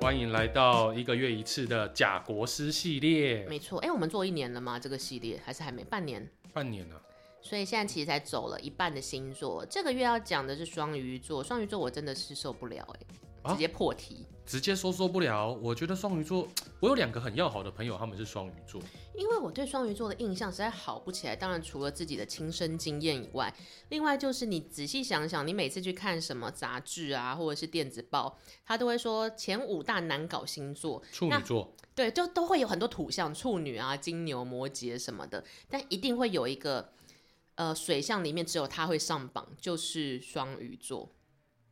欢迎来到一个月一次的假国师系列，没错，哎、我们做一年了吗？这个系列还是还没半年，半年了、所以现在其实才走了一半的星座。这个月要讲的是双鱼座，双鱼座我真的是受不了、哎、啊直接破题，直接说受不了。我觉得双鱼座，我有两个很要好的朋友，他们是双鱼座，因为我对双鱼座的印象实在好不起来。当然，除了自己的亲身经验以外，另外就是你仔细想想，你每次去看什么杂志啊，或者是电子报，他都会说前五大难搞星座，处女座，对，就都会有很多土象，处女啊、金牛、摩羯什么的，但一定会有一个，呃，水象里面只有他会上榜，就是双鱼座。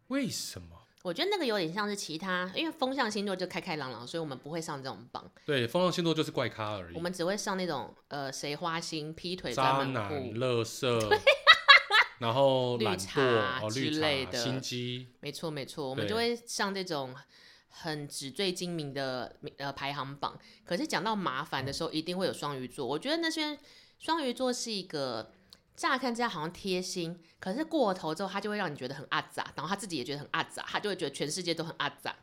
为什么？我觉得那个有点像是其他，因为风象星座就开开朗朗，所以我们不会上这种榜，对，风象星座就是怪咖而我已，们只会上那种呃谁花心、劈腿、渣专男、门户，垃 圾，然后绿懒茶惰、哦、绿之类茶、的心机，没错没错，我们对就会上这种很纸醉金迷的呃排行榜。可是讲到麻烦的时候，一定会有双鱼座。我觉得那些双鱼座是一个乍看之下好像贴心，可是过头之后，他就会让你觉得很阿杂，然后他自己也觉得很阿杂，他就会觉得全世界都很阿杂，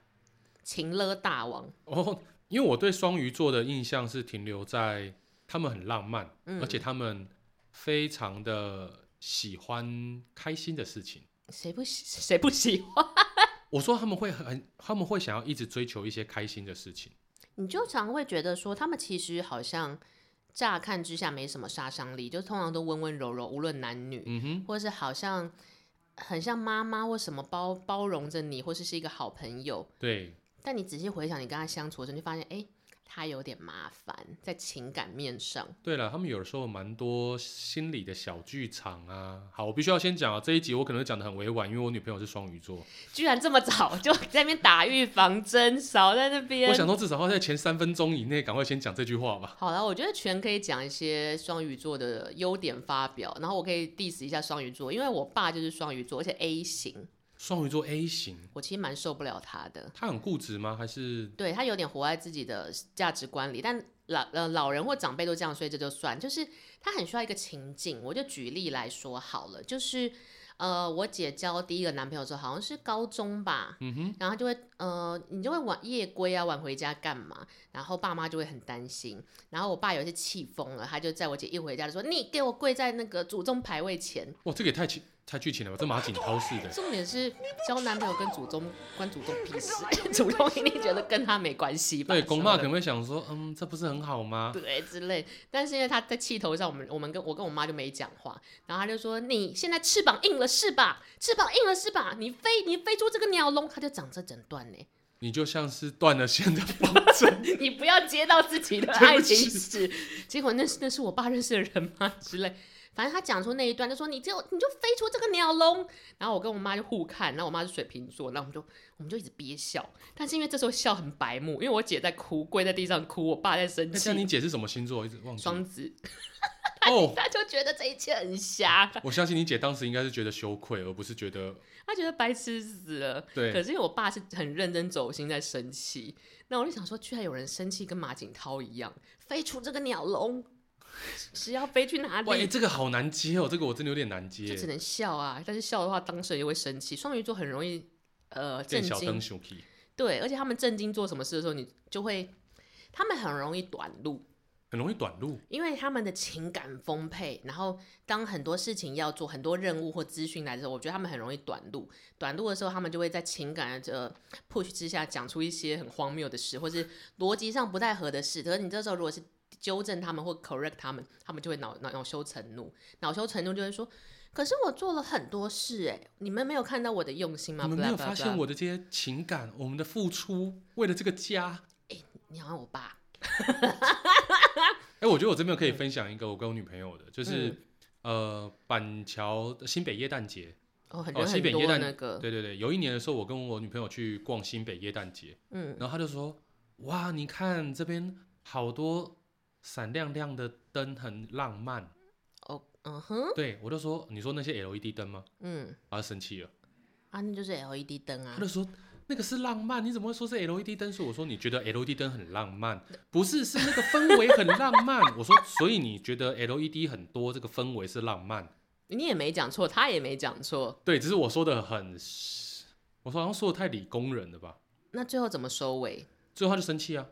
情勒大王。哦，因为我对双鱼座的印象是停留在他们很浪漫，嗯而且他们非常的喜欢开心的事情。谁不喜 谁不喜欢？我说他们会很，他们会想要一直追求一些开心的事情。你就常会觉得说，他们其实好像乍看之下没什么杀伤力，就通常都温温柔柔，无论男女。嗯哼，或是好像很像妈妈或什么包包容着你，或是是一个好朋友。对，但你仔细回想你跟他相处的时候，你就发现，哎、他有点麻烦，在情感面上。 对了，他们有时候蛮多心理的小剧场啊。好，我必须要先讲啊，这一集我可能讲的很委婉，因为我女朋友是双鱼座，居然这么早就在那边打预防针，少在那边 我。想说至少要在前三分钟以内赶快先讲这句话吧。好了，我觉得全可以讲一些双鱼座的优点发表，然后我可以 diss 一下双鱼座，因为我爸就是双鱼座，而且 A 型，双鱼座 A 型，我其实蛮受不了他的。他很固执吗？还是对他有点活在自己的价值观里，但老呃老人或长辈都这样，所以这就算。就是他很需要一个情境，我就举例来说好了，就是呃我姐交第一个男朋友的时候，好像是高中吧，嗯哼，然后就会呃你就会晚夜归啊，晚回家干嘛？然后爸妈就会很担心，然后我爸有一次气疯了，他就在我姐一回家就说：“你给我跪在那个祖宗牌位前。”哇，这个也太情太剧情了吧，这马景涛式的。重点是交男朋友跟祖宗关祖宗屁事， 祖宗一定觉得跟他没关系吧？对，什么公妈的可能会想说，嗯，这不是很好吗？对之类。但是因为他在气头上，我们我们跟我跟我妈就没讲话，然后他就说：“你现在翅膀硬了是吧？翅膀硬了是吧？你飞你飞出这个鸟笼，他就长这整段 呢。你就像是断了线的 风筝，你不要接到自己的 对不爱情起史。结果那是那是我爸认识的人吗？之类。反正他讲出那一段，就说你就你就飞出这个鸟笼，然后我跟我妈就互看，然后我妈是水瓶座，然后我们就我们就一直憋笑，但是因为这时候笑很白目，因为我姐在哭，跪在地上哭，我爸在生那像气，你姐是什么星座？我一直忘记了。双子，哦，他就觉得这一切很瞎， 我相信你姐当时应该是觉得羞愧，而不是觉得他觉得白痴死了。可对。是因为我爸是很认真走心在生气，那我就想说，居然有人生气跟马景涛一样，飞出这个鸟笼，是要飞去哪哇、欸，里？这个好难接哦，这个我真的有点难就只接。能笑啊！但是笑的话，当事人又会生气。双鱼座很容易呃震见小灯惊，熊皮，对，而且他们震惊做什么事的时候，你就会，他们很容易短路。很容易短路。因为他们的情感丰沛，然后当很多事情要做、很多任务或资讯来的时候，我觉得他们很容易短路。短路的时候，他们就会在情感的呃 push 之下讲出一些很荒谬的事，或是逻辑上不太合的事。可是你这时候如果是纠正他们或 correct 他们，他们就会恼恼恼羞成怒，恼羞成怒就会说：“可是我做了很多事、欸，哎，你们没有看到我的用心吗？”你们没有 blah blah 发 blah 现我的这些情感，我们的付出，为了这个家。你好像我爸，哎、我觉得我这边可以分享一个我跟我女朋友的，就是、嗯呃板桥的新北耶诞节。哦，很哦人西很北多耶诞那个，对对对，有一年的时候，我跟我女朋友去逛新北耶诞节，嗯，然后她就说：“哇，你看这边好多闪亮亮的灯，很浪漫。哦，嗯哼，对我就说：“你说那些 LED 灯吗嗯，？”她生气了。啊，那就是 LED 灯啊他。就说那个是浪漫，你怎么会说是 LED 灯？是我说你觉得 LED 灯很浪漫，不是是那个氛围很浪漫。我说所以你觉得 LED 很多，这个氛围是浪漫？你也没讲错，他也没讲错。对，只是我说的很，我说好像说的太理工人了吧？那最后怎么收尾？最后他就生气啊！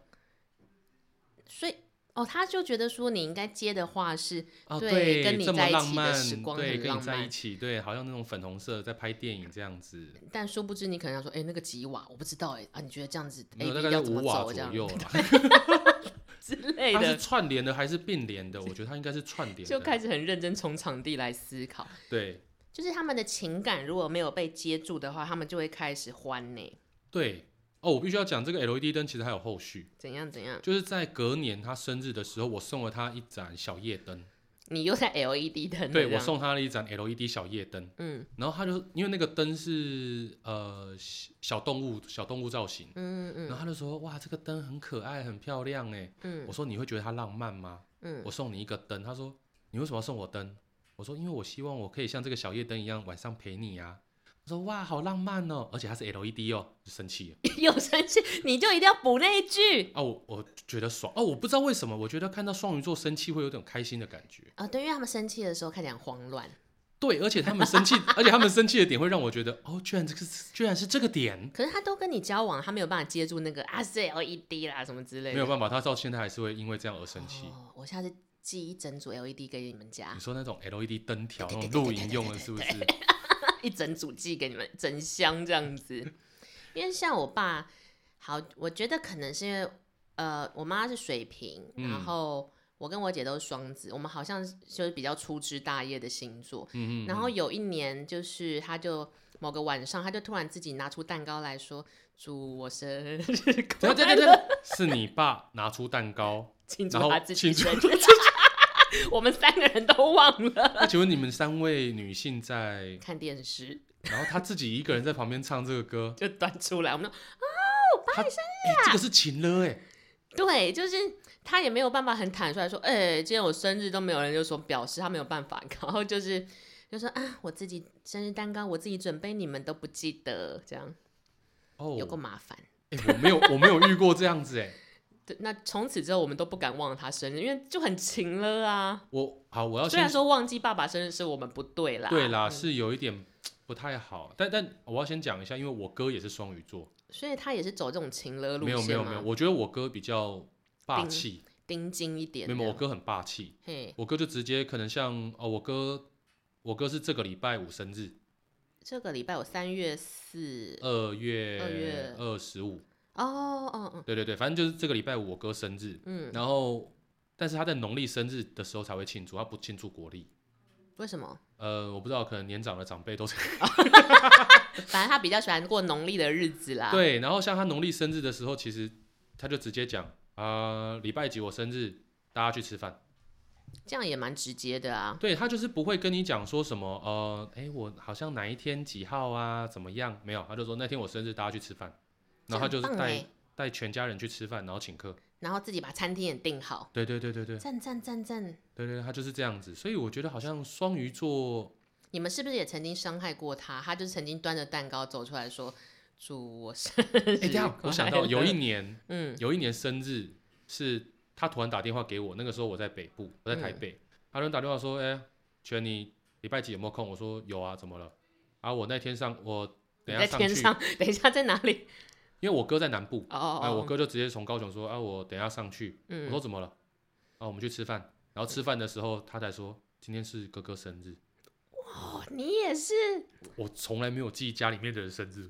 所以哦，他就觉得说你应该接的话是啊，对，对跟你这么在一浪起的漫，时光对，很跟你浪在一漫哎起，对，好像那种粉红色在拍电影这样子，但殊不知你可能要说，哎、那个几瓦我不知道、哎啊，你觉得这样子 A 没有大 B 概要在怎五么瓦走左这样右啦。之 类它是的，串联的还是并联的？我觉得它应该是串联的。 就开始很认真从场地来思考。对就是他们的情感如果没有被接住的话，他们就会开始欢呢，对哦，我必须要讲这个 LED 灯其实还有后续，怎样怎样？就是在隔年他生日的时候，我送了他一盏小夜灯，你又在 E LED 灯了对这我样，送他了一盏 LED 小夜灯，嗯然后他就因为那个灯是呃小小动物小动物造型，嗯然后嗯他就说哇这个灯很可爱很漂亮哎，嗯我说你会觉得它浪漫吗？嗯 我送你一个灯。他说你为什么要送我灯？我说因为我希望我可以像这个小夜灯一样晚上陪你啊。他说哇，好浪漫哦，而且它是 LED 哦，就生气了嗯，有生气你就一定要补那一句啊！我我觉得爽哦，我不知道为什么，我觉得看到双鱼座生气会有点开心的感觉。啊、对，因为他们生气的时候看起来很慌乱，对，而且他们 生气，而且他们生气的点会让我觉得哦，居然这个是居然是这个点，可是他都跟你交往，他没有办法接住那个啊是 LED 啦什么之类的，没有办法，他到现在还是会因为这样而生气。哦，我下次寄一整组 LED 给你们家 你，说那种 LED 灯条对那对种露对对对营对用对的，是不对是？一整组寄给你们，整箱这样子。因为像我爸，好，我觉得可能是因为呃，我妈是水瓶，嗯然后我跟我姐都是双子，我们好像就是比较粗枝大叶的星座。嗯嗯。嗯然后有一年，就是他就某个晚上，他就突然自己拿出蛋糕来说：“祝我生日快 等一下等乐一下等一下，是你爸拿出蛋糕，庆祝然后他自己庆祝生日。” 我们三个人都忘了哎那请问你们三位女性在，看电视，然后她自己一个人在旁边唱这个 歌，就端出来，我们啊哎这个是情了哎，对，就是他也没有办法很坦率地说，哎、今天我生日都没有人就说表示他没有办法， 然后就是就说啊，我自己生日蛋糕我自己准备，你们都不记得，这样哦有，够麻烦。哎，我没有我没有遇过这样子哎，对，那从此之后我们都不敢忘了他生日，因为就很勤了啊。我好我要虽然先说忘记爸爸生日是我们不对啦，哦对啦，是有一点不太好，但但我要先讲一下，因为我哥也是双鱼座，所以他也是走这种勤了路没线有嘛，没有没有，我觉得我哥比较霸气，盯紧一点没有这样，没有我哥很霸气，嘿，我哥就直接可能像哦我哥。我哥是这个礼拜五生日，这个礼拜我三月四，二二月月二十五。哦哦哦，对对对，反正就是这个礼拜五我哥生日，嗯，然后，但是他在农历生日的时候才会庆祝，他不庆祝国历。为什么？呃，我不知道，可能年长的长辈都是、反正他比较喜欢过农历的日子啦。对。然后像他农历生日的时候，其实他就直接讲啊、呃礼拜几我生日，大家去吃饭。这样也蛮直接的啊。对他就是不会跟你讲说什么呃，哎，我好像哪一天几号啊，怎么样？没有，他就说那天我生日，大家去吃饭。然后他就是这很棒带、欸带全家人去吃饭，然后请客。然后自己把餐厅也订好，对对对对对赞赞赞赞！对对，他就是这样子。所以我觉得好像双鱼座 你们是不是也曾经伤害过他？他就是曾经端着蛋糕走出来说：“祝我生日哎、等一下快乐我想到有一年，嗯有一年生日是他突然打电话给我，那个时候我在北部，我在台北，嗯他突然打电话说：“哎、全你礼拜几有没有空？”我说：“有啊，怎么了？”啊，我那天上我等一在下上天去，上，等一下在哪里因为我哥在南部，？”哦哎、哦，哦我哥就直接从高雄说：“啊，我等一下上去。”我嗯，说：“怎么了？”啊，我们去吃饭，然后吃饭的时候他才说：“今天是哥哥生日。”哦你也是，我从来没有记家里面的人生日，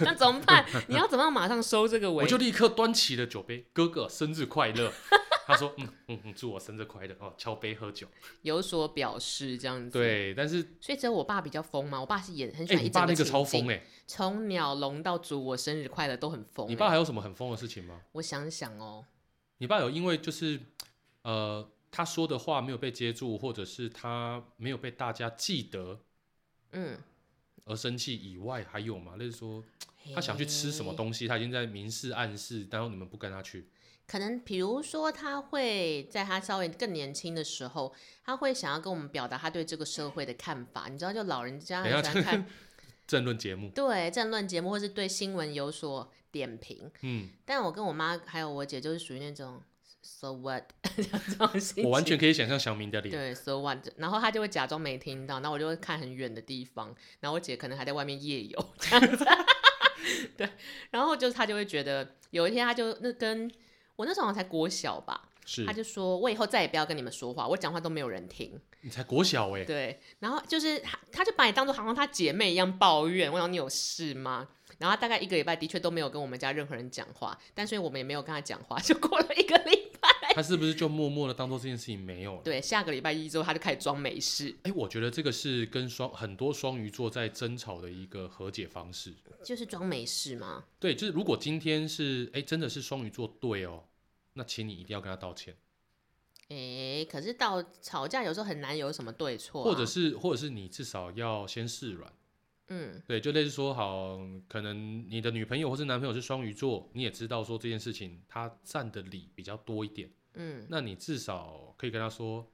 那怎么办？你要怎么样马上收这个尾？我就立刻端起了酒杯，哥哥生日快乐。他说：“嗯嗯嗯，祝我生日快乐哦，敲杯喝酒。有所表示这样”子。，对，但是所以只有我爸比较疯嘛，我爸是也很喜哎、欢一你爸整那个情超疯境哎、从鸟笼到祝我生日快乐都很疯欸。你爸还有什么很疯的事情吗？我想想哦，你爸有因为就是呃他说的话没有被接住，或者是他没有被大家记得嗯，而生气以外，还有吗？例如说他想去吃什么嘿东西，他已经在明示暗示，然后你们不跟他去，可能比如说，他会在他稍微更年轻的时候，他会想要跟我们表达他对这个社会的看法。你知道，就老人家等一很下喜欢 看政论节目，对政论节目，或是对新闻有所点评。嗯，但我跟我妈还有我姐就是属于那种 so what 这种心情我完全可以想象小明的脸，对 so what，然后她就会假装没听到，然后我就会看很远的地方，然后我姐可能还在外面夜游，这样子 然后就是他就会觉得，有一天他就那跟我那时候好像才国小吧，是他就说我以后再也不要跟你们说话，我讲话都没有人听。你才国小哎、对，然后就是他，他就把你当做好像他姐妹一样抱怨，我想你有事吗？然后他大概一个礼拜的确都没有跟我们家任何人讲话，但所以我们也没有跟他讲话，就过了一个礼拜。他是不是就默默的当做这件事情没有了？对，下个礼拜一之后他就开始装没事，哎、我觉得这个是跟双很多双鱼座在争吵的一个和解方式。就是装没事嘛。对，就是如果今天是哎、真的是双鱼座对哦，那请你一定要跟他道歉，诶，可是到吵架有时候很难有什么对错啊、或者是或者是你至少要先示软。嗯，对，就类似说好，可能你的女朋友或是男朋友是双鱼座，你也知道说这件事情他占的理比较多一点，嗯那你至少可以跟他说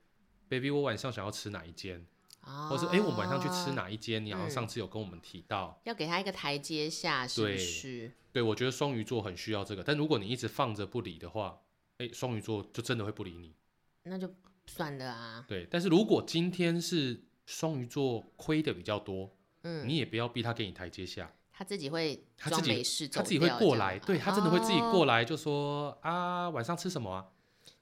，baby，我晚上想要吃哪一间，啊，嗯或是哎、我们晚上去吃，哪一间，你好像上次有跟我们提到。哦要给他一个台阶下，是不对是？对，我觉得双鱼座很需要这个，但如果你一直放着不理的话，哎，双鱼座就真的会不理你。那就算了啊，对，但是如果今天是双鱼座亏的比较多，嗯，你也不要逼他给你台阶下，他自己会他装自己没事走他自己会掉过这样来，吗对他真的会自己哦过来就说、啊，晚上吃什么啊？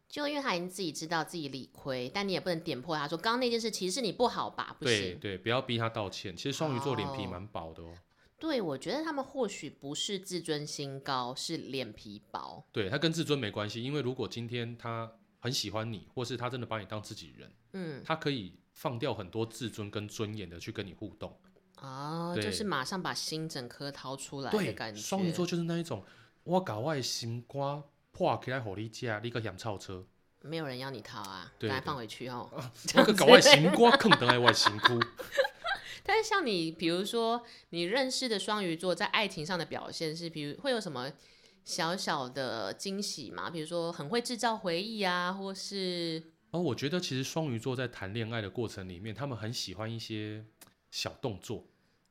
就因为他已经自己知道自己理亏，但你也不能点破他说刚刚那件事其实是你不好吧？不对行，对，不要逼他道歉。其实双鱼座脸皮哦蛮薄的哦，对我觉得他们或许不是自尊心高，是脸皮薄。对他跟自尊没关系，因为如果今天他很喜欢你，或是他真的把你当自己人，嗯，他可以放掉很多自尊跟尊严的去跟你互动。哦，对就是马上把心整颗掏出来的对感，觉。双鱼座就是那一种，我搞我的心肝破起来给你吃，你个嫌臭车，没有人要你掏啊，对赶快对放回去哦。我个搞我的心肝坑等来我的心哭。但是像你，比如说你认识的双鱼座在爱情上的表现是，比如会有什么小小的惊喜吗？比如说很会制造回忆啊，或是然后我觉得其实双鱼座在谈恋爱的过程里面，他们很喜欢一些小动作，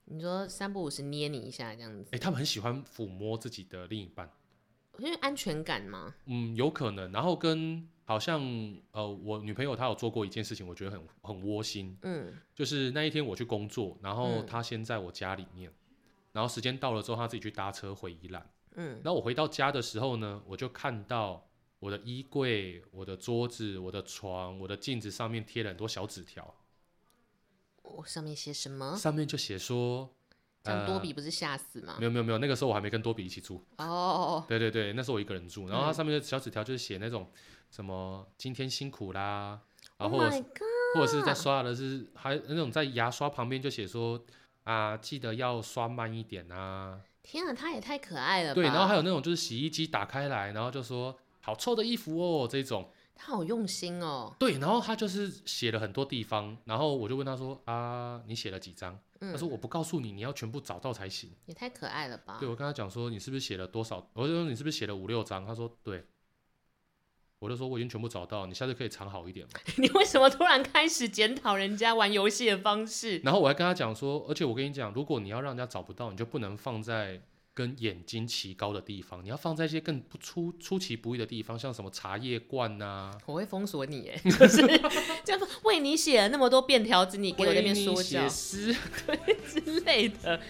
你说三不五时捏你一下这样子。哎，他们很喜欢抚摸自己的另一半，因为安全感嘛，嗯，有可能。然后跟好像呃，我女朋友她有做过一件事情，我觉得很很窝心，嗯，就是那一天我去工作，然后嗯她先在我家里面，然后时间到了之后，她自己去搭车回宜兰。嗯，那我回到家的时候呢，我就看到我的衣柜、我的桌子、我的床、我的镜子上面贴了很多小纸条，我哦上面写什么？上面就写说，这样多比不是吓死吗呃没？有没有没有，那个时候我还没跟多比一起住，哦，对对对，那时候我一个人住，然后它嗯上面的小纸条就是写那种什么今天辛苦啦，然 Oh 啊后或者是 my god！或者是啊在刷的是还那种在牙刷旁边就写说啊，记得要刷慢一点啊，天啊，他也太可爱了吧！对，然后还有那种就是洗衣机打开来，然后就说好臭的衣服哦这种。他好用心哦，对，然后他就是写了很多地方，然后我就问他说啊，你写了几张？嗯他说我不告诉你，你要全部找到才行。也太可爱了吧对！我跟他讲说你是不是写了多少？我就说你是不是写了五六张？他说对。我就说我已经全部找到，你下次可以藏好一点嘛。 你为什么突然开始检讨人家玩游戏的方式？然后我还跟他讲说，而且我跟你讲，如果你要让人家找不到，你就不能放在跟眼睛齐高的地方，你要放在一些更不出出其不意的地方，像什么茶叶罐呐、我会封锁你耶， 就是这样为你写了那么多便条子，你给我在那边为你说写教诗。之类的。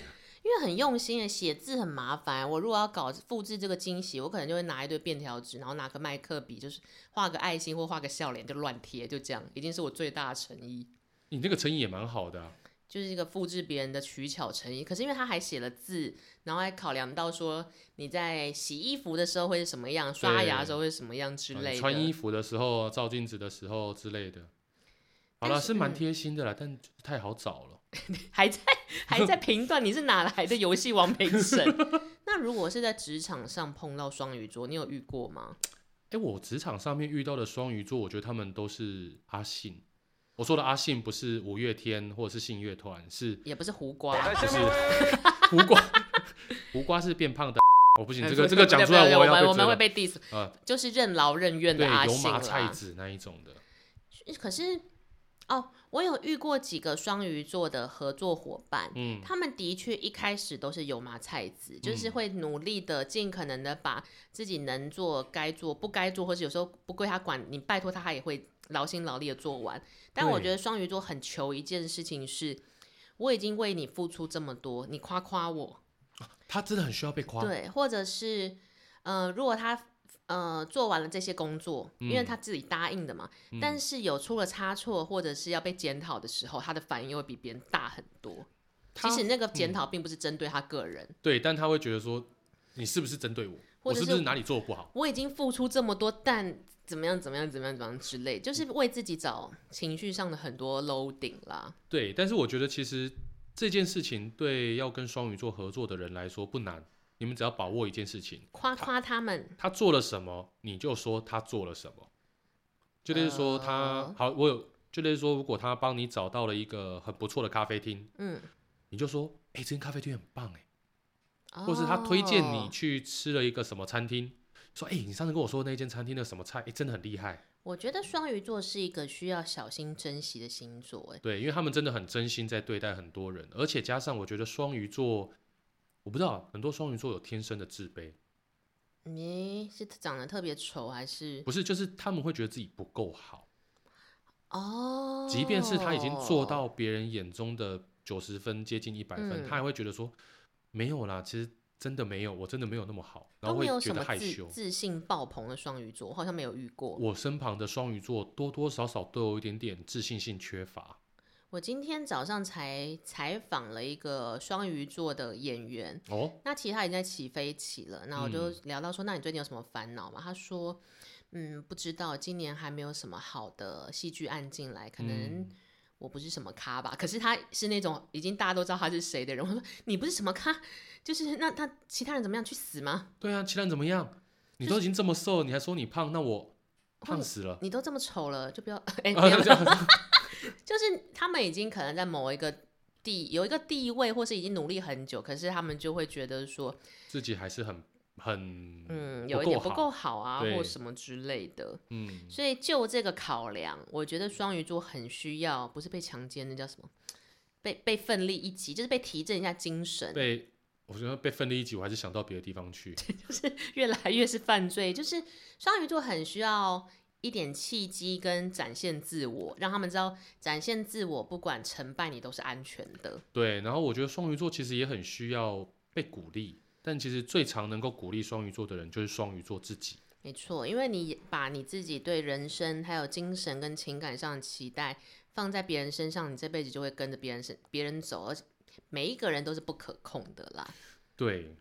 因为很用心的写字很麻烦，我如果要搞复制这个惊喜，我可能就会拿一堆便条纸，然后拿个麦克笔，就是画个爱心或画个笑脸就乱贴，就这样，已经是我最大的诚意，你这个诚意也蛮好的啊、就是一个复制别人的取巧诚意。可是因为他还写了字，然后还考量到说你在洗衣服的时候会是什么样，刷牙的时候会是什么样之啊你类的。穿衣服的时候、照镜子的时候之类的。好但了，是是蛮嗯贴心的啦，但就是太好找了。 还在还在评断你是哪来的游戏王评审。那如果是在职场上碰到双鱼座，你有遇过吗？哎、我职场上面遇到的双鱼座，我觉得他们都是阿信。我说的阿信不是五月天或者是信乐团，是也不是胡瓜。就是 胡瓜，胡瓜是变胖的。我不行，这个哎这个不对讲不出来对不对我我要们被我追们会了。被 diss，呃，就是任劳任怨对，的阿油信麻菜啦。籽那一种的，可是哦，我有遇过几个双鱼座的合作伙伴。嗯，他们的确一开始都是油麻菜籽，就是会努力的、尽可能的把自己能做、该做、不该做，或者有时候不归他管，你拜托他，他也会劳心劳力的做完。但我对觉得双鱼座很求一件事情是，我已经为你付出这么多，你夸夸我，他真的很需要被夸。对，或者是呃，如果他呃做完了这些工作，因为他嗯自己答应的嘛，但是有出了差错或者是要被检讨的时候，他的反应又会比别人大很多。他嗯其实那个检讨并不是针对他个人，对，但他会觉得说，你是不是针对我？或我者是是不是哪里做的不好？我已经付出这么多，但怎么样怎么样怎么样怎么样之类，就是为自己找情绪上的很多 loading 啦。对，但是我觉得其实这件事情对要跟双鱼座合作的人来说不难，你们只要把握一件事情，夸夸他们，他做了什么，你就说他做了什么。就类似说他、呃好，我有就类似说，如果他帮你找到了一个很不错的咖啡厅，嗯，你就说，哎、这间咖啡厅很棒哎、或是他推荐你哦。去吃了一个什么餐厅，说，哎、你上次跟我说那间餐厅的什么菜，哎、真的很厉害。我觉得双鱼座是一个需要小心珍惜的星座，哎，对，因为他们真的很真心在对待很多人，而且加上我觉得双鱼座，我不知道很多双鱼座有天生的自卑，你是长得特别丑还是？不是，就是他们会觉得自己不够好，哦，即便是他已经做到别人眼中的九十分，接近一百分，嗯他还会觉得说没有啦，其实真的没有，我真的没有那么好，然都后会没有觉什得么害自羞。自信爆棚的双鱼座，我好像没有遇过。我身旁的双鱼座多多少少都有一点点自信心缺乏，我今天早上才采访了一个双鱼座的演员，哦，那其实他已经在起飞期了。那我嗯就聊到说，那你最近有什么烦恼吗？他说，嗯，不知道，今年还没有什么好的戏剧案进来，可嗯能我不是什么咖吧。可是他是那种已经大家都知道他是谁的人。我说你不是什么咖，就是那那其他人怎么样去死吗？对啊，其他人怎么样？你都已经这么瘦，你还说你胖，那我或胖者死了。你都这么丑了，就不要 哎、啊没有这样就是他们已经可能在某一个地有一个地位，或是已经努力很久，可是他们就会觉得说，自己还是很很嗯，不有一够点不好够好啊，对或什么之类的。嗯所以就这个考量，我觉得双鱼座很需要，不是被强奸，那叫什么？被被奋力一击，就是被提振一下精神，被我觉得被分离一级，我还是想到别的地方去。越来越是犯罪。就是双鱼座很需要一点契机跟展现自我，让他们知道展现自我，不管成败你都是安全的。对，然后我觉得双鱼座其实也很需要被鼓励，但其实最常能够鼓励双鱼座的人就是双鱼座自己。没错，因为你把你自己对人生还有精神跟情感上的期待放在别人身上，你这辈子就会跟着别人身别人走，而且每一个人都是不可控的啦。对，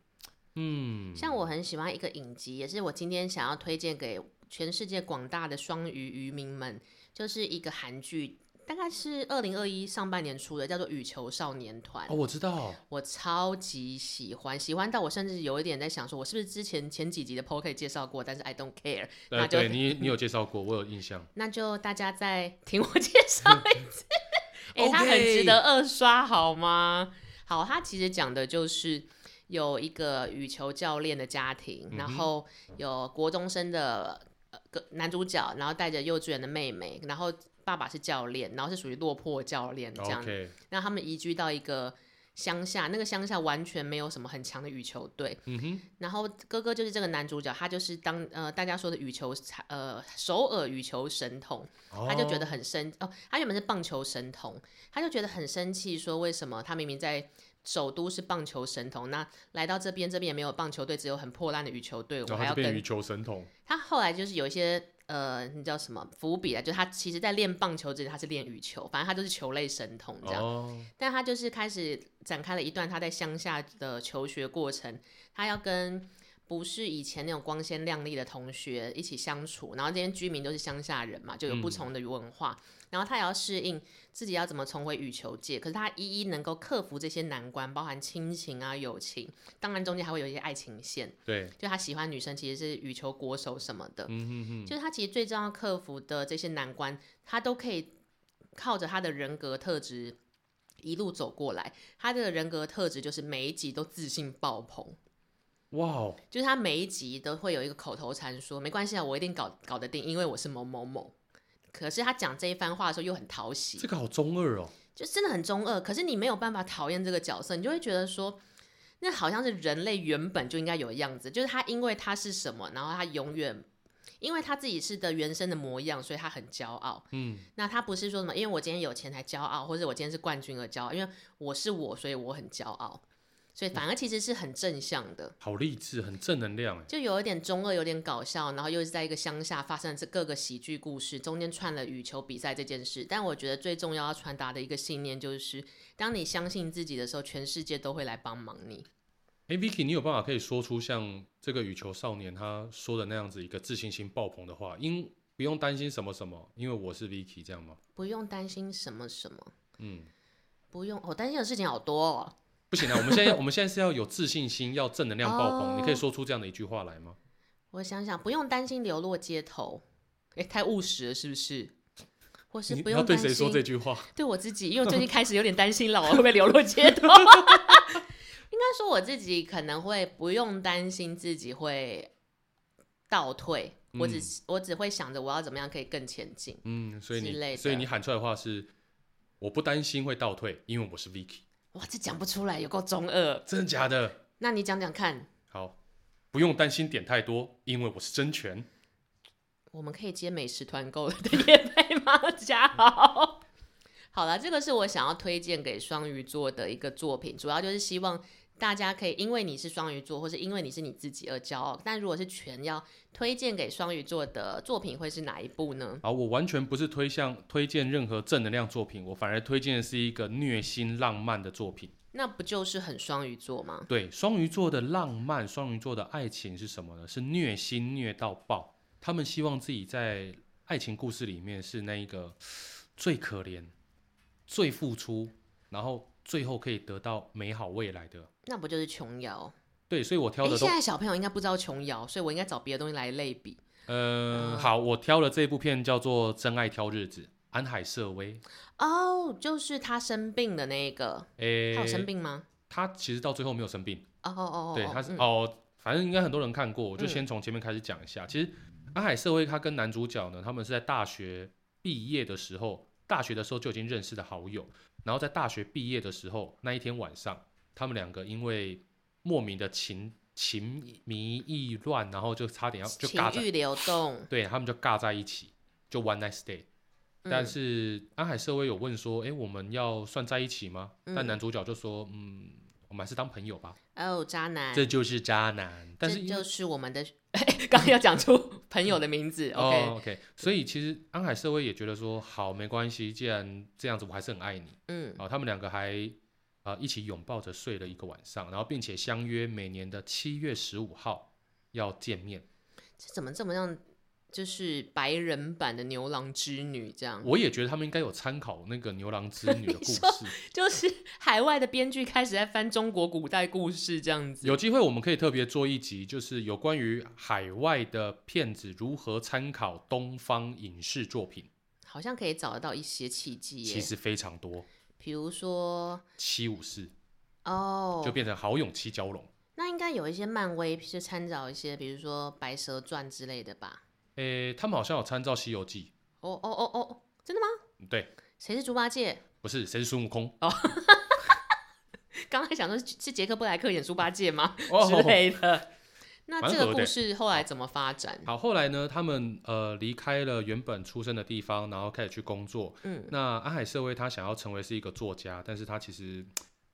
嗯，像我很喜欢一个影集，也是我今天想要推荐给全世界广大的双鱼渔民们，就是一个韩剧，大概是二零二一上半年出的，叫做《羽球少年团》哦，。我知道，我超级喜欢，喜欢到我甚至有一点在想，说我是不是之前前几集的 p o k e 介绍过，但是 I don't care，那呃，就对你你有介绍过，我有印象。那就大家再听我介绍一次，哎、它很值 OK 得二刷好吗？好，它其实讲的就是有一个羽球教练的家庭，然后有国中生的呃个男主角，然后带着幼稚园的妹妹，然后爸爸是教练，然后是属于落魄教练 这样子 OK，让他们移居到一个乡下，那个乡下完全没有什么很强的羽球队。嗯哼，然后哥哥就是这个男主角，他就是当呃大家说的羽球呃首尔羽球神童，他就觉哦得很生哦，他原本是棒球神童，他就觉得很生气，说为什么他明明在。首都是棒球神童，那来到这边，这边也没有棒球队，只有很破烂的羽球队，我然还后他要就变羽跟球神童。他后来就是有一些呃，你叫什么伏笔啊？就是他其实在练棒球之前，他是练羽球，反正他就是球类神童这样。哦，但他就是开始展开了一段他在乡下的求学过程，他要跟不是以前那种光鲜亮丽的同学一起相处，然后这些居民都是乡下人嘛，就有不同的文化，然后他也要适应自己要怎么重回羽球界，可是他一一能够克服这些难关，包含亲情啊、友情，当然中间还会有一些爱情线，对，就他喜欢女生其实是羽球国手什么的，嗯哼哼。就是他其实最重要克服的这些难关，他都可以靠着他的人格特质一路走过来。他的人格特质就是每一集都自信爆棚，哇哦，就是他每一集都会有一个口头禅说：“没关系啊，我一定搞搞得定，因为我是某某某。”可是他讲这一番话的时候又很讨喜，这个好中二哦。就真的很中二。可是你没有办法讨厌这个角色，你就会觉得说，那好像是人类原本就应该有的样子，就是他因为他是什么，然后他永远因为他自己是的原生的模样，所以他很骄傲。嗯，那他不是说什么，因为我今天有钱才骄傲，或者我今天是冠军而骄傲，因为我是我，所以我很骄傲。所以反而其实是很正向的。好励志，很正能量哎。就有一点中二，有点搞笑，然后又是在一个乡下发生这各个喜剧故事，中间串了羽球比赛这件事。但我觉得最重要要传达的一个信念就是，当你相信自己的时候，全世界都会来帮忙你。哎，Vicky，你有办法可以说出像这个羽球少年他说的那样子一个自信心爆棚的话，因不用担心什么什么，因为我是 Vicky 这样吗？不用担心什么什么，嗯，不用我、担心的事情好多哦。不行啊，我们现在我们现在是要有自信心，要正能量爆棚。你可以哦说出这样的一句话来吗？我想想，不用担心流落街头，诶，太务实了是不是？或是你不你要用对担谁说心这句话？对我自己，因为我最近开始有点担心了，我会不会流落街头？ 应该说我自己可能会不用担心自己会倒退，我只嗯我只会想着我要怎么样可以更前进。嗯，所以之类你的所以你喊出来的话是，我不担心会倒退，因为我是 Vicky。哇，这讲不出来，有够中二。真的假的？那你讲讲看，好，不用担心点太多，因为我是真拳。我们可以接美食团购的 夜配吗？嘉豪。 好了，这个是我想要推荐给双鱼座的一个作品，主要就是希望大家可以因为你是双鱼座，或是因为你是你自己而骄傲。但如果是全要推荐给双鱼座的作品，会是哪一部呢？好，我完全不是推向推荐任何正能量作品，我反而推荐的是一个虐心浪漫的作品。那不就是很双鱼座吗？对，双鱼座的浪漫，双鱼座的爱情是什么呢？是虐心虐到爆。他们希望自己在爱情故事里面是那一个最可怜、最付出，然后最后可以得到美好未来的。那不就是琼瑶？对，所以我挑诶的都现在小朋友应该不知道琼瑶，所以我应该找别的东西来类比。嗯，好，我挑了这部片叫做《真爱挑日子》，安海瑟薇。哦、就是他生病的那个，他诶、有生病吗？他其实到最后没有生病，哦哦哦，对，哦他是、嗯哦，反正应该很多人看过，我就嗯先从前面开始讲一下。其实安海瑟薇她跟男主角呢，他们是在大学毕业的时候，大学的时候就已经认识的好友，然后在大学毕业的时候那一天晚上，他们两个因为莫名的情情迷意乱，然后就差点要就尬在情欲流动。对他们就尬在一起，就 one night stay。但嗯是安海社会有问说，诶，我们要算在一起吗？但嗯男主角就说，嗯，我们还是当朋友吧。哦，渣男，这就是渣男。但是这因为嗯就是我们的， 刚刚要讲出朋友的名字、o k 哦，OK，所以其实安海社会也觉得说，好，没关系，既然这样子，我还是很爱你。嗯，啊，他们两个还啊、呃一起拥抱着睡了一个晚上，然后并且相约每年的七月十五号要见面。这怎么这么样？就是白人版的牛郎织女这样，我也觉得他们应该有参考那个牛郎织女的 你故说事。 就是海外的编剧开始在翻中国古代故事这样子。有机会我们可以特别做一集，就是有关于海外的骗子如何参考东方影视作品，好像可以找得到一些契机其耶，实非常多。比如说七武士哦就，变成好勇七蛟龙。那应该有一些漫威是参照一些，比如说《白蛇传》之类的吧？诶、他们好像有参照《西游记嗯哦哦哦哦，真的吗？》，对，谁是猪八戒？ 不是谁是孙悟空哦刚才想说是是杰克布莱克演猪八戒吗？哦之。类的。那蛮这个合的故事后来怎么发展？好，后来呢，他们呃离开了原本出生的地方，然后开始去工作。嗯，那安海社会他想要成为是一个作家，但是他其实嘖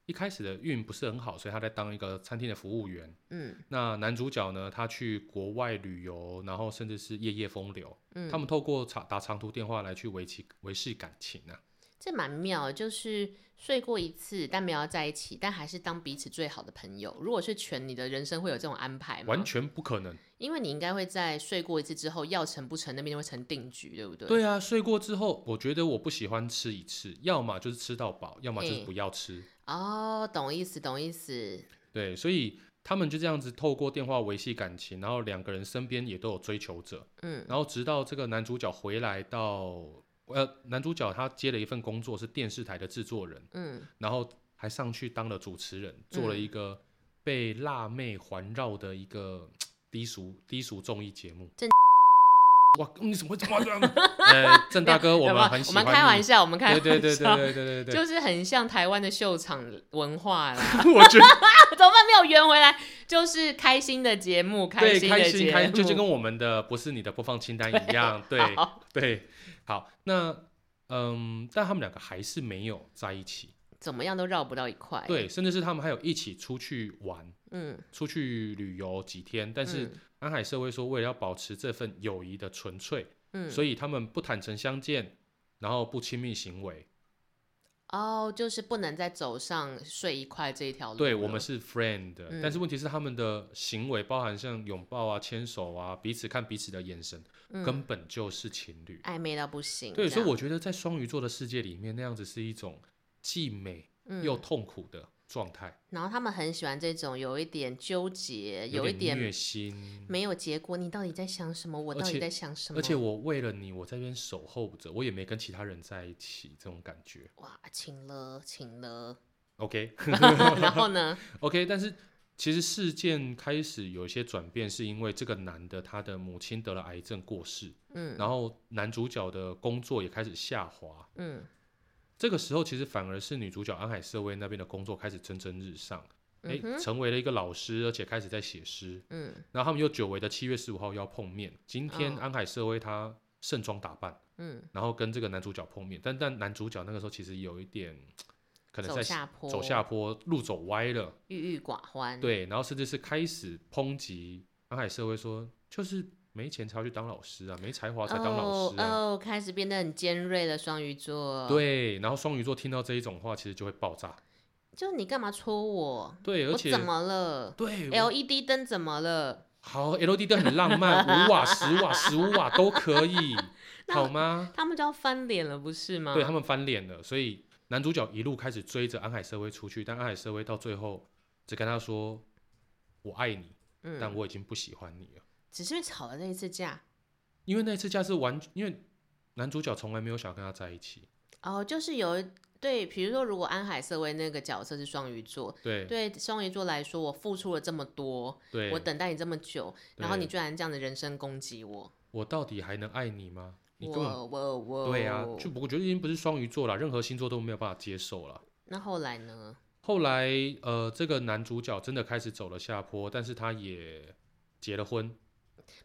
一开始的运不是很好，所以他在当一个餐厅的服务员。嗯那男主角呢，他去国外旅游，然后甚至是夜夜风流。嗯，他们透过长打长途电话来去维系维系感情啊。这蛮妙的，就是睡过一次，但没有要在一起，但还是当彼此最好的朋友。如果是全，你的人生会有这种安排吗？完，全不可能。因为你应该会在睡过一次之后，要成不成那边就会成定局，对不对？，对啊，睡过之后，我觉得我不喜欢吃一次，要么就是吃到饱，要么就是嗯不要吃。哦，懂意思，懂意思。对，所以他们就这样子透过电话维系感情，然后两个人身边也都有追求者。嗯然后直到这个男主角回来到，呃，男主角他接了一份工作是电视台的制作人。嗯，然后还上去当了主持人，做了一个被辣妹环绕的一个低俗低俗综艺节目。正哇，你怎么会这么 呃，郑大哥，我有没们有很喜我欢们你。开玩笑，我们开玩对笑，对对对对对对 对， 就是很像台湾的秀场文 化啦。我觉得怎么办？没有圆回来，就是开心的节目，对心开的心节开心，目，就就跟我们的不是你的播放清单一 样，对好对。好，那嗯，但他们两个还是没有在一起。怎么样都绕不到一块。，对，甚至是他们还有一起出去玩、嗯，出去旅游几天。但是嗯安海社会说，为了要保持这份友谊的纯粹，嗯，所以他们不坦诚相见，然后不亲密行为。哦，就是不能再走上睡一块这一哦条路了。对我们是 friend，的、但嗯是问题是他们的行为，包含像拥抱啊、牵手啊、彼此看彼此的眼神，嗯根本就是情侣。暧昧到不行。对，这所以样我觉得在双鱼座的世界里面，那样子是一种既美嗯又痛苦的状态，然后他们很喜欢这种有一点纠结，呃有一点虐点心。没有结果，你到底在想什么？我而到底且在想什么？而且我为了你，我在这边守候着，我也没跟其他人在一起，这种感觉。哇，请了，请了。 OK 然后呢？ OK，但是其实事件开始有一些转变，是因为这个男的他的母亲得了癌症过世，嗯然后男主角的工作也开始下滑。嗯这个时候，其实反而是女主角安海瑟薇那边的工作开始蒸蒸日上，哎、嗯哼成为了一个老师，而且开始在写诗。嗯然后他们又久违的七月十五号要碰面。今天哦安海瑟薇她盛装打扮，嗯，然后跟这个男主角碰面，但但男主角那个时候其实有一点， 可能走在下坡，走下坡，路走歪了，郁郁寡欢。，对，然后甚至是开始抨击安海社会说，就是没钱才要去当老师啊，没才华才当老哦师啊，哦，开始变得很尖锐了。双鱼座，，对，然后双鱼座听到这一种话，其实就会爆炸，就你干嘛戳我？对，而我且怎么了对我？LED 灯怎么了？好 LED 灯很浪漫，五瓦、十瓦、十五瓦都可以， 那嗯好吗？他们就要翻脸了，不是吗？对他们翻脸了，所以男主角一路开始追着安海社会出去，但安海社会到最后只跟他说：“我爱你，但嗯，我已经不喜欢你了。只是因为吵了那一次架。因为那次架是完，因为男主角从来没有想要跟他在一起，哦，就是有一对，比如说，如果安海瑟薇那个角色是双鱼座，对对双鱼座来说，我付出了这么多，对，我等待你这么久，然后对你居然这样的人身攻击我，我到底还能爱你吗？你根本我哦我我，对啊，就我觉得已经不是双鱼座了，任何星座都没有办法接受了。那后来呢？后来，呃，这个男主角真的开始走了下坡，但是他也结了婚，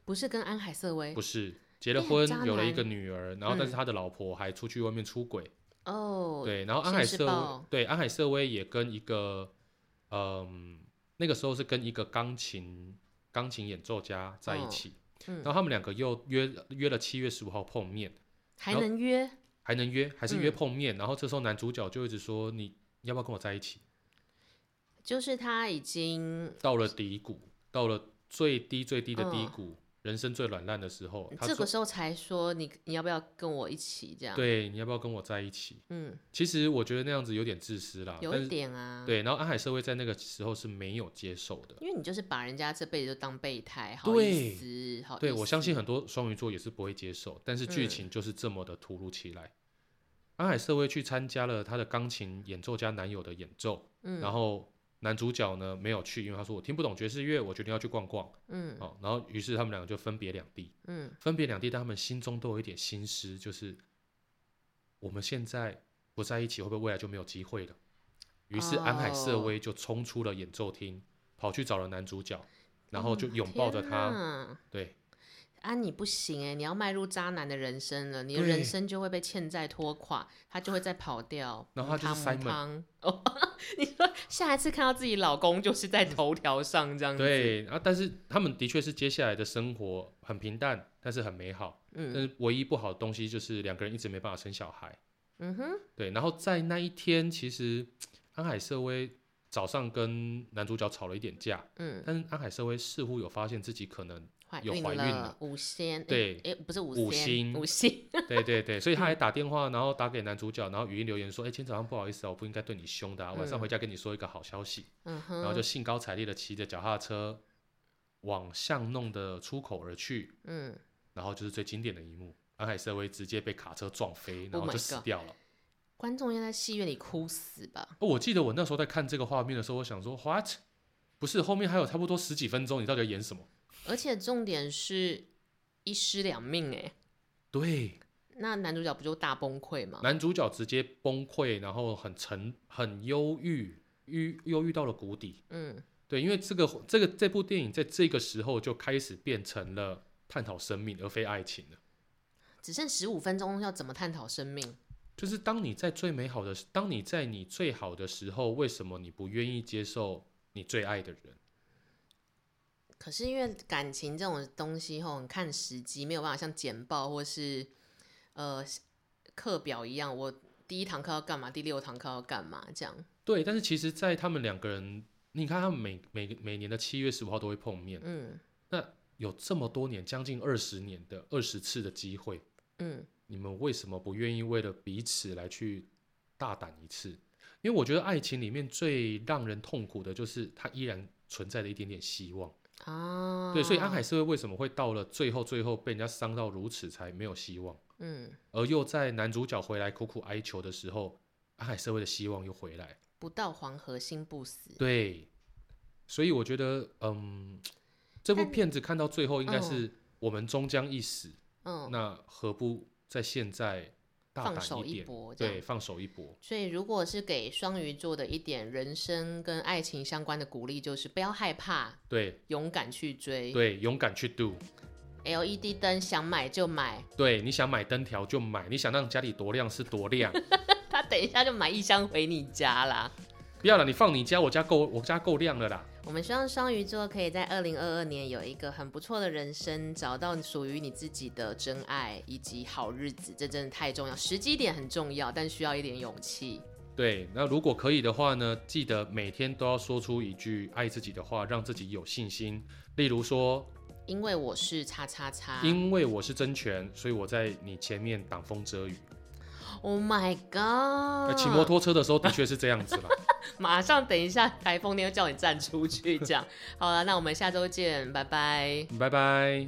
不是跟安海瑟薇不是结了你很婚哎渣，有了一男嗯个女儿，然后但是他的老婆还出去外面出轨，哦，对，然后安海现世瑟薇报对安海瑟薇也跟一个，嗯，那个时候是跟一个钢琴钢琴演奏家在一嗯起，嗯然后他们两个又约约了七月十五号碰面，还然后能约还能约，还是约嗯碰面，然后这时候男主角就一直说你要不要跟我在一起，就是他已经到了低谷，到了最低最低的低嗯谷，人生最软烂的时候，他这说个时候才说你你要不要跟我一起这样？，对你要不要跟我在一起？嗯，其实我觉得那样子有点自私啦，有但一是点啊，，对，然后安海社会在那个时候是没有接受的。因为你就是把人家这辈子都当备胎，好对意思，好对，意我相信思很多双鱼座也是不会接受，但是剧嗯情就是这么的突如其来。安海社会去参加了他的钢琴演奏家男友的演奏，嗯然后男主角呢没有去，因为他说我听不懂爵士乐，我决定要去逛逛。嗯哦，然后于是他们两个就分别两地，嗯，分别两地，但他们心中都有一点心思，就是我们现在不在一起，会不会未来就没有机会了？于是安海瑟哦薇就冲出了演奏厅，跑去找了男主角，然后就拥抱着哦天他，哪。对啊，你不行哎、你要迈入渣男的人生了，你的人对生就会被欠债拖垮，他就会再跑掉。然后母他就是汤母 Simon 汤哦， 你说下一次看到自己老公就是在头条上这样子，，对啊，但是他们的确是接下来的生活很平淡，但是很美好，但嗯是唯一不好的东西就是两个人一直没办法生小孩。嗯哼，对，然后在那一天，其实安海瑟薇早上跟男主角吵了一点架，嗯，但是安海瑟薇似乎有发现自己可能，怀有孕怀孕了了，五仙，哎对哎，不是五五星仙，五星，对对对，所以她还打电话，然后打给男主角，然后语音留言说：“哎、今天早上不好意思啊，我不应该对你凶的、啊，晚上回家跟你说一个好消息。嗯哼，然后就兴高采烈的骑着脚踏车往巷弄的出口而去，嗯，然后就是最经典的一幕，安海瑟薇直接被卡车撞飞，然 Oh 后 my 就死 God 掉了。观众应该在戏院里哭死吧？哦我记得我那时候在看这个画面的时候，我想说 what？不是，后面还有差不多十几分钟，你到底要演什么？而且重点是一尸两命哎、对，那男主角不就大崩溃吗？男主角直接崩溃，然后很沉、很忧郁、郁忧郁到了谷底。嗯，对，因为这个这个这部电影在这个时候就开始变成了探讨生命而非爱情了。只剩十五分钟，要怎么探讨生命？就是当你在最美好的时，当你在你最好的时候，为什么你不愿意接受你最爱的人？可是因为感情这种东西吼，你看时机，没有办法像简报或是呃课表一样，我第一堂课要干嘛，第六堂课要干嘛这样。对，但是其实，在他们两个人，你看他们每每每年的七月十五号都会碰面，嗯有这么多年，将近二十年的二十次的机会，嗯，你们为什么不愿意为了彼此来去大胆一次？因为我觉得爱情里面最让人痛苦的就是它依然存在的一点点希望。啊，对，所以安海，社会为什么会到了最后，最后被人家伤到如此才没有希望，嗯，而又在男主角回来苦苦哀求的时候，安海社会的希望又回来。不到黄河心不死。对，所以我觉得，嗯，这部但片子看到最后应该嗯是我们终将一死，嗯，那何不在现在大放胆手一点？搏这对，样。放手一搏。所以，如果是给双鱼座的一点人生跟爱情相关的鼓励，就是不要害怕，对勇敢去追。对，勇敢去 do。 LED E 灯想买就买，对，你想买灯条就买，你想让家里多亮是多 亮。他等一下就买一箱回你家啦。不要了，你放你家，我家够，我家够亮了啦。我们希望双鱼座可以在二零二二年有一个很不错的人生，找到属于你自己的真爱以及好日子，这真的太重要。时机点很重要，但需要一点勇气。对，那如果可以的话呢，记得每天都要说出一句爱自己的话，让自己有信心。例如说，因为我是叉叉叉因为我是真权，所以我在你前面挡风遮雨。 ，Oh my 那 god！骑摩托车的时候的确是这样子啦。马上等一下台风天又叫你站出去，这样。好了，那我们下周见，拜拜。拜拜。